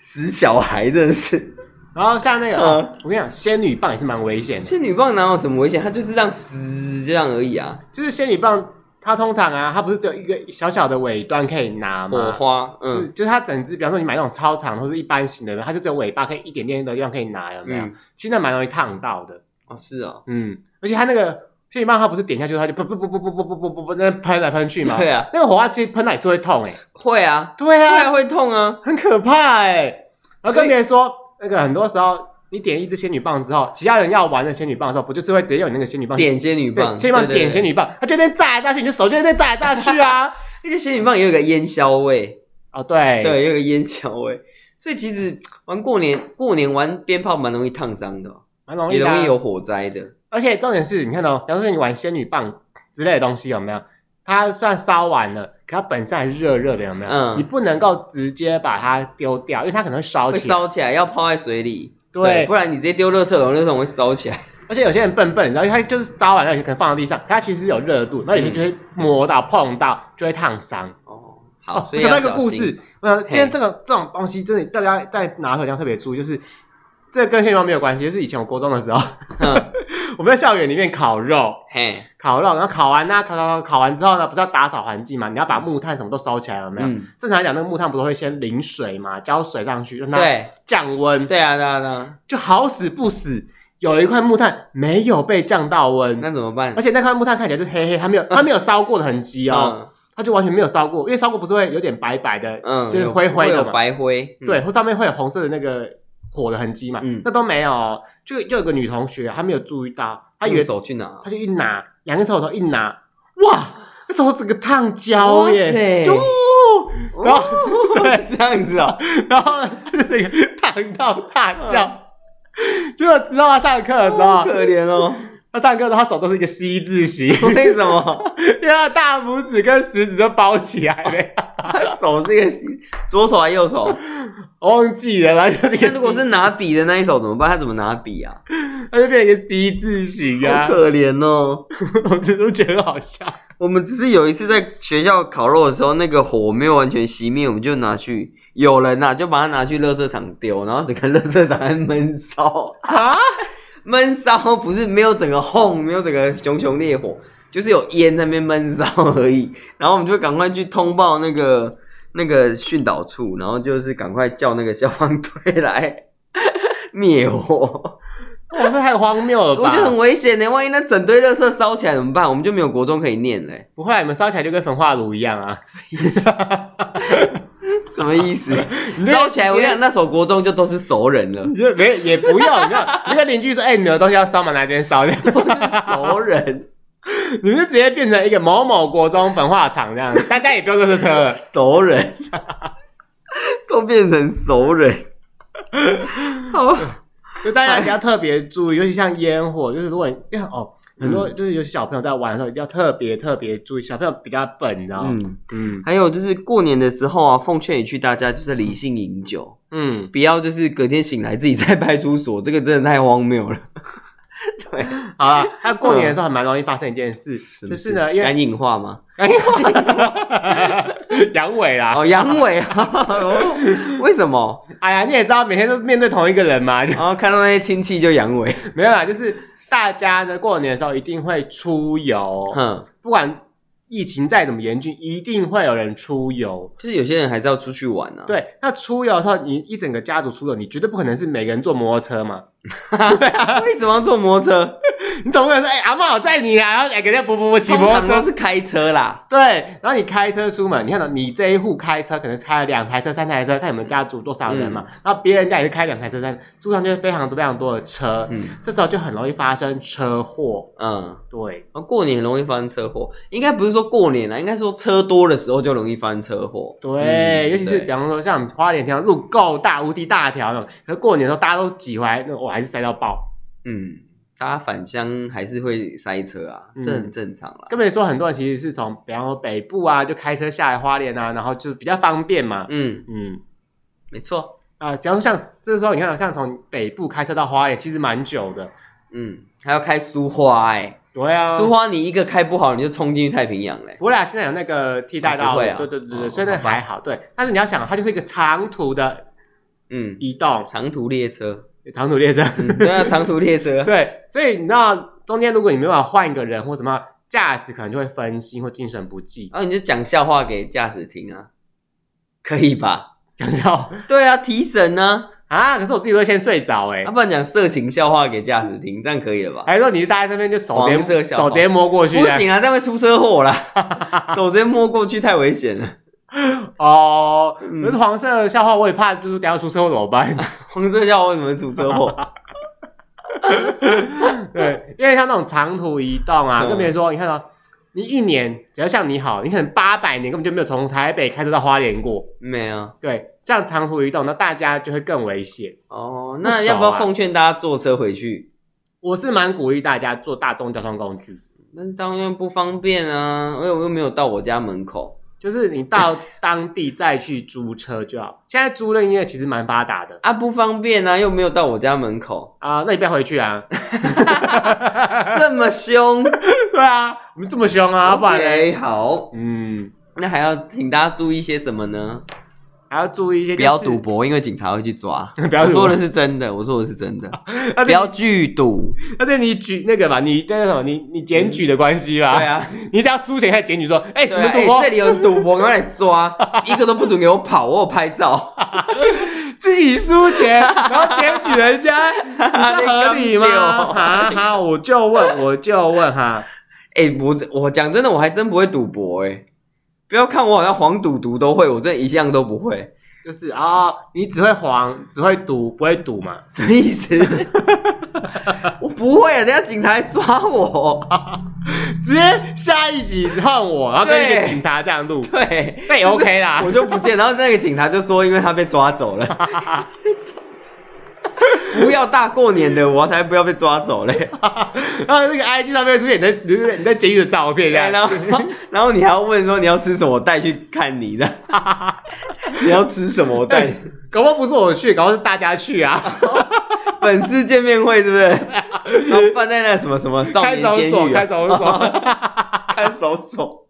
B: 死小孩真的是。
A: 然后像那个，
B: 嗯
A: 哦我跟你讲，仙女棒也是蛮危险的，
B: 仙女棒哪有什么危险？它就是这样嘶这样而已啊。
A: 就是仙女棒，它通常啊，它不是只有一个小小的尾端可以拿
B: 火
A: 吗？
B: 花，
A: 就是
B: 嗯
A: 就是它整只，比方说你买那种超长或是一般型的，它就只有尾巴可以一点点的地方可以拿，有没有？
B: 嗯，
A: 其实那蛮容易烫到的。
B: 哦是哦，
A: 嗯，而且它那个仙女棒，它不是点下去，它就噗噗噗噗噗噗噗噗噗那喷来喷去嘛。
B: 对啊，
A: 那个火花其实喷来是会痛哎、
B: 会啊，
A: 对
B: 会啊
A: 啊，
B: 会痛啊，
A: 很可怕哎、然后
B: 所
A: 跟
B: 以
A: 别人说，那个很多时候你点一支仙女棒之后，其他人要玩的仙女棒的时候，不就是会直接用你那个仙女棒
B: 点仙女
A: 对
B: 棒，
A: 仙女棒点仙
B: 女，
A: 女棒，它就在那炸来炸去，你的手就在那炸来炸去啊！
B: 那个仙女棒也有一个烟硝味，
A: 哦，对，
B: 对，也有一个烟硝味，所以其实玩过年过年玩鞭炮蛮容易烫伤的哦，
A: 蛮容易
B: 也
A: 的啊、
B: 容易有火灾的，
A: 而且重点是，你看哦，比方说你玩仙女棒，之类的东西，有没有？它虽然烧完了，可它本身还是热热的，有没有？
B: 嗯
A: 你不能够直接把它丢掉，因为它可能会烧
B: 会
A: 起来。
B: 烧起来，要泡在水里。
A: 对
B: 不，然你直接丢垃圾桶，垃圾桶会烧起来。
A: 而且有些人笨笨，然后它就是烧完了，可能放在地上，可它其实是有热度，然后有些就
B: 嗯
A: 会摸到、碰到，就会烫伤。
B: 哦，
A: 哦
B: 好，，所
A: 我
B: 以
A: 想
B: 要
A: 到一个
B: 小
A: 故
B: 心。
A: 事，呃，今天
B: 嘿
A: 这个这种东西，真的大家在拿手枪特别注意，就是这个跟现状没有关系，就是以前我国中的时候，
B: 嗯
A: 我们在校园里面烤肉，
B: 嘿，
A: 烤肉，然后烤完呢、烤烤烤烤完之后呢，不是要打扫环境嘛？你要把木炭什么都烧起来了，有没有？
B: 嗯
A: 正常来讲，那个木炭不都会先淋水嘛，浇水上去让它
B: 对
A: 降温，
B: 对啊，对啊，对啊，
A: 就好死不死，有一块木炭没有被降到温，
B: 那怎么办
A: 而？且那块木炭看起来就是黑黑，它 没有它没有烧过的痕迹哦，
B: 嗯
A: 它就完全没有烧过，因为烧过不是会有点白白的，
B: 嗯，
A: 就是
B: 有
A: 灰灰
B: 会
A: 的
B: 有
A: 嘛
B: 白灰。嗯
A: 对，，或上面会有红色的那个火的痕迹嘛，
B: 嗯
A: 那都没有哦，就就有个女同学她没有注意到，她以
B: 用
A: 为
B: 手去拿
A: 他。就一拿，两个手指头一拿，哇，那手整个烫焦耶！就哦
B: 哇
A: 然后
B: 对这样子啊，
A: 然后呢，他就整个烫到大叫。结果之后他上课的时
B: 好
A: 候，
B: 可怜嗯 哦。
A: 他上课的时候他手都是一个 C 字 形，
B: 为什么？
A: 因为他的大拇指跟食指都包起来 了，
B: 他手是一个西左手还是右手？
A: 我忘记了，然后 就是一个 C,
B: 那如果是拿笔的那一手怎么办？他怎么拿笔啊？
A: 他就变成一个 C 字形
B: 好
A: 啊，
B: 可怜哦。
A: 我真的觉得很好笑。
B: 我们只是有一次在学校烤肉的时候，那个火没有完全熄灭，我们就拿去有人呐、就把它拿去垃圾场丢，然后整个垃圾场还闷 烧
A: 啊，
B: 闷烧不是没有整个轰，没有整个熊熊烈火，就是有烟在那边闷烧而已。然后我们就赶快去通报那个那个训导处，然后就是赶快叫那个消防队来 灭火。
A: 哇，这太荒谬了
B: 我
A: 吧！
B: 觉得很危险呢，万一那整堆垃圾烧起来怎么办？我们就没有国中可以念嘞，
A: 不会啊，你们烧起来就跟焚化炉一样 啊！
B: 什么意思？
A: 你这
B: 烧起来，我
A: 直接，
B: 想那首国中就都是熟人了
A: 也没也不用，没有。你跟邻居说，哎、你们的东西要烧吗？哪天烧？
B: 都是熟人，
A: 你们就直接变成一个某某国中焚化厂这样，大家也不用坐这车 了。
B: 熟人都变成 熟人。好，
A: 就大家比较特别注意，尤其像烟火，就是如果你因为哦，很多就是有些小朋友在玩的时候，一定要特别特别注意。小朋友比较笨，你知道吗？
B: 嗯，
A: 嗯
B: 还有就是过年的时候啊，奉劝一句大家就是理性饮酒，
A: 嗯，
B: 不要就是隔天醒来自己在派出所，这个真的太荒谬了，
A: 好了。那过年的时候还蛮容易发生一件事， 就是呢，因为
B: 肝硬化吗？
A: 哎呦阳痿啦。
B: 哦，阳 痿啊，哦为什么？
A: 哎呀，你也知道，每天都面对同一个人嘛，就
B: 然后看到那些亲戚就阳痿，
A: 没有啦，就是大家呢过年的时候一定会出游，
B: 哼，
A: 不管疫情再怎么严峻，一定会有人出游。
B: 就是有些人还是要出去玩啊，，
A: 对，那出游的时候，你一整个家族出游，你绝对不可能是每个人坐摩托车嘛。
B: 为什么要坐摩托车？
A: 你总不能说，哎、阿妈我载你啊，然后两个人不不不骑
B: 通
A: 摩托
B: 常
A: 车
B: 都。是开车啦，
A: 对，然后你开车出门，你看到你这一户开车可能开了两台车、三台车，看你们家族多少人嘛。
B: 嗯
A: 然后别人家也是开两台车、三，路上就非常多非常多的车，
B: 嗯
A: 这时候就很容易发生车祸。
B: 嗯，
A: 对，
B: 然后过年很容易发生车祸，应该不是说过年啦，应该说车多的时候就容易发生车祸。
A: 对，
B: 嗯
A: 尤其是
B: 对
A: 比方说像花莲这样路够大、无敌大条那种，可是过年的时候大家都挤回来，那我还是塞到爆。
B: 嗯，大家返乡还是会塞车啊，
A: 嗯
B: 这很正常啦。
A: 更别说很多人其实是从比方说北部啊，就开车下来花莲啊，然后就比较方便嘛。
B: 嗯，
A: 嗯
B: 没错。
A: 啊、比方说像这时候你看，像从北部开车到花莲，其实蛮久的。
B: 嗯，还要开苏花哎、
A: 对啊，
B: 苏花你一个开不好，你就冲进去太平洋嘞、
A: 不过啊啦，现在有那个替代
B: 哦
A: 道路，
B: 不会啊
A: 对对对对，
B: 哦
A: 所以那还好。对，但是你要想，它就是一个长途的
B: 嗯，
A: 移动，
B: 长途列 车。
A: 长途列车。
B: 嗯，对啊，长途列车。
A: 对，所以你知道中间如果你没办法换一个人或怎么样，驾驶可能就会分心或精神不济，
B: 然后你就讲笑话给驾驶听啊，可以吧？
A: 讲到
B: 对啊，提神啊，
A: 啊，可是我自己都会先睡着哎、
B: 要、
A: 欸。
B: 不然讲色情笑话给驾驶听，这样可以了吧？
A: 还是说你是待在这边就手直
B: 黄色
A: 接
B: 小黄
A: 手直接摸过去
B: 不
A: 这样？
B: 行啊，这样会出车祸啦！ 手直接摸过去太危险了。
A: 哦，
B: 嗯
A: 可是黄色的笑话我也怕，就是等下出车祸怎么 办？
B: 黄色笑话为什么会出车祸？
A: 对，因为像那种长途移动啊，
B: 嗯
A: 更别说你看到、你一年只要像你好，你可能八百年根本就没有从台北开车到花莲过。
B: 没有
A: 对，像长途移动，那大家就会更危险。
B: 哦，
A: 不
B: 那
A: 熟
B: 要不要
A: 啊
B: 奉劝大家坐车回去？
A: 我是蛮鼓励大家坐大众交通工具，
B: 但是当然不方便啊，而且我又没有到我家门口。
A: 就是你到当地再去租车就好。 现在租赁业其实蛮发达的
B: 啊，不方便啊，又没有到我家门 口，
A: 啊、那你不要回去啊。
B: 这么凶。
A: 对啊，我们这么凶啊，不然嘞
B: OK，好，
A: 嗯，
B: 那还要请大家注意些什么呢？
A: 还要注意一些、
B: 不要赌，博，因为警察会去抓。
A: 不要
B: 我
A: 赌
B: 说
A: 博
B: 的是真的，我说的是 真的，
A: 而
B: 不
A: 且
B: 要聚赌。
A: 而且你举 那个吧，你那个什么，你你检举的关系吧，
B: 对，啊，
A: 你只要输钱开始检举说，哎、你
B: 对
A: 们
B: 啊，
A: 赌
B: 哎
A: 博、
B: 这里有赌博，赶快来抓， 一个都不准给我跑，我有拍照。
A: 自己输钱，然后检举人家， 你
B: 啊
A: 这 合理吗？
B: 你 刚丢
A: 哈哈，我就问，我就问哈，
B: 哎、我我讲真的，我还真不会赌博哎、不要看我好像黄赌毒都会，我真的一项都不会，
A: 就是哦，你只会黄，只会赌，不会赌嘛？
B: 什么意 思？我不会啊，等一下警察来抓我。
A: 直接下一集换我，然后跟一个
B: 对
A: 警察这样录，
B: 对，
A: 那也 OK 啦
B: 我。就不见。然后那个警察就说，因为他被抓走了。 不要大过年的，我才不要被抓走嘞。
A: 然后那个 IG 上面会出现你在你在你在监狱的照片，这
B: 对，
A: 样
B: 然后然后你还要问说你要吃什么，我带去看你的。 你要吃什么，我带你。
A: 搞不好不是我去，搞不好是大家去 啊，
B: 粉丝见面会，对不对？然后办在那什么什么少
A: 看
B: 年
A: 守
B: 监
A: 所，
B: 狱、啊
A: 看，守 所，
B: 看守所，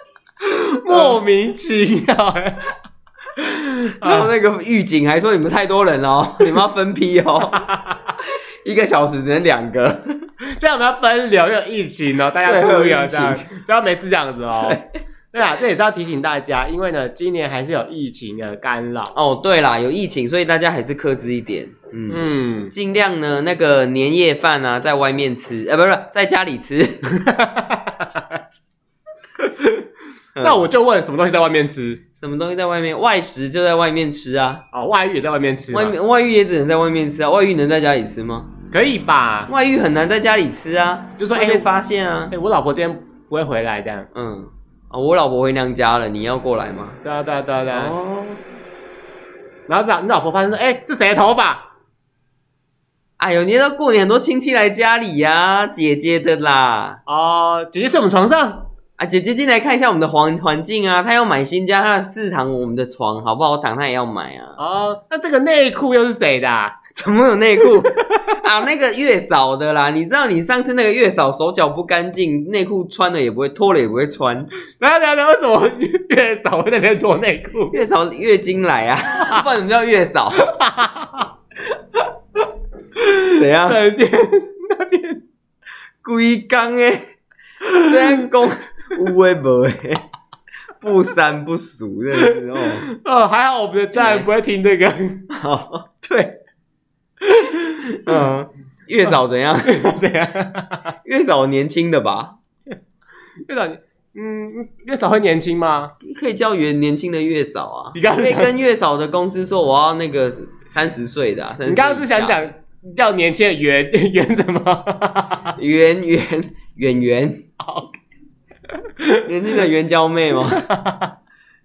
A: 莫名其妙。
B: 然后那个狱警还说你们太多人了哦，你 们要分批哦， 一个小时只能两个。
A: 这样我们要分流，又有疫情哦，大家注意
B: 对会有
A: 啊，
B: 疫
A: 这
B: 情
A: 样不要没事这样子 哦。对啊，这也是要提醒大家，因为呢，今年还是有疫情的干扰。
B: 哦，对啦，有疫情，所以大家还是克制一点，嗯，
A: 嗯，
B: 尽量呢那个年夜饭啊，在外面吃，呃，不是不是在家里吃。 嗯
A: 那我就问，什么东西在外面吃？
B: 什么东西在外面？外食就在外面吃啊，
A: 哦，外遇也在外面吃吗，
B: 外面外遇也只能在外面吃啊，外遇能在家里吃吗？
A: 可以吧？
B: 外遇很难在家里吃啊，
A: 就说
B: 会
A: 哎
B: 被发现啊
A: 哎、。我老婆今天不会回来，这样。
B: 嗯，啊、我老婆回娘家了，你要过来吗？
A: 对啊，对啊，对啊，对啊。
B: 哦，
A: 然后老你老婆发现说，哎、这谁的头发？
B: 哎呦，你知道过年很多亲戚来家里呀、姐姐的啦，
A: 哦，姐姐睡我们床上。
B: 啊，姐姐进来看一下我们的环环境啊，她要买新家，她的四堂我们的床好不好躺，她也要买啊。
A: 哦，那这个内裤又是谁的、啊？
B: 怎么有 内裤啊？那个月嫂的啦，你知道你上次那个月嫂手脚不干净，内裤穿了也不会，脱了也不会穿，
A: 然后，然后然后为什么月嫂会在那边脱内裤？
B: 月嫂月经来啊， 不然怎么叫月嫂？怎样？
A: 整天那边
B: 规工诶，这样讲有诶无诶，不三不俗真的是哦。
A: 哦，还好我们的家人不会听这个。
B: 好，对，嗯，月嫂怎样？
A: 对啊，
B: 月嫂年轻的吧，
A: 月嫂，嗯，月嫂会年轻吗？
B: 可以叫原年轻的月嫂啊。
A: 你刚刚
B: 可以
A: 讲
B: 跟月嫂的公司说，我要那个三十岁的、啊。30
A: 你刚刚是想
B: 以下
A: 讲要年轻的 圆圆什么？
B: 圆圆圆圆年轻的圆娇 妹吗？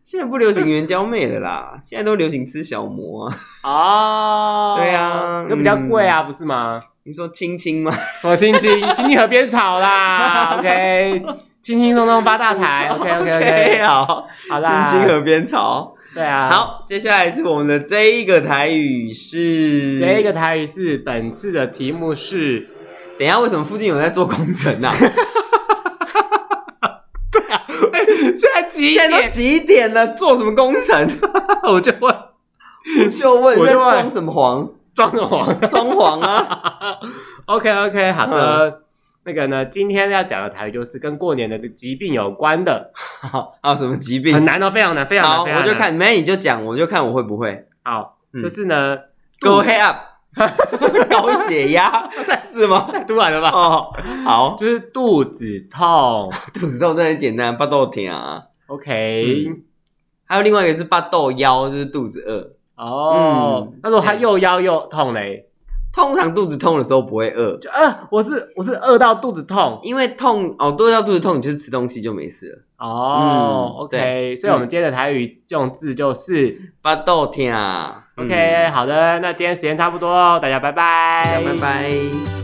B: 现在不流行圆娇妹了啦，现在都流行吃小魔啊。
A: 哦，
B: 对啊
A: 那比较贵啊，不是吗？
B: 你说亲亲吗？
A: 什么 亲亲，亲亲河边草 啦，OK，轻轻松松发大财，OK OK OK，
B: 好，
A: 好啦，
B: 青青河边草。
A: 对啊，，
B: 好，接下来是我们的这一个台语是
A: 这一个。台语是本次的题目是
B: 等一下，为什么附近有人在做工程 啊？
A: 现在几
B: 哎现在都？几点了，做什么工程？
A: 我就问
B: 我就问
A: 我
B: 在
A: 就问
B: 装什么黄？
A: 装什么？
B: 装潢啊？
A: OK OK，好
B: 嗯
A: 的。那个呢，今天要讲的台语就是跟过年的疾病有关的，
B: 好，还有什么疾病
A: 很？难哦，非常难，非常难。
B: 好，
A: 非常
B: 我
A: 难
B: 就看，没你就讲，我就看我会 不会。
A: 好，
B: 嗯
A: 就是呢，
B: Go head up，高 血压是吗？
A: 突然了吧，
B: 哦，好，
A: 就是肚子 痛。
B: 肚子痛真的很简单，巴豆甜啊。
A: OK，
B: 嗯还有另外一个是巴豆腰，就是肚子饿。
A: 哦，
B: 嗯
A: 他说他又腰又痛嘞，
B: 通常肚子痛的时候不会饿，
A: 就呃，我是我是饿到肚子痛。
B: 因为痛哦，多到肚子痛，你就是吃东西就没事了。
A: 哦
B: 嗯
A: ，OK，
B: 对
A: 所以我们今天的台语用字就是
B: 巴豆天啊
A: OK，好的，那今天时间差不多哦，大家拜拜，
B: 嗯拜拜。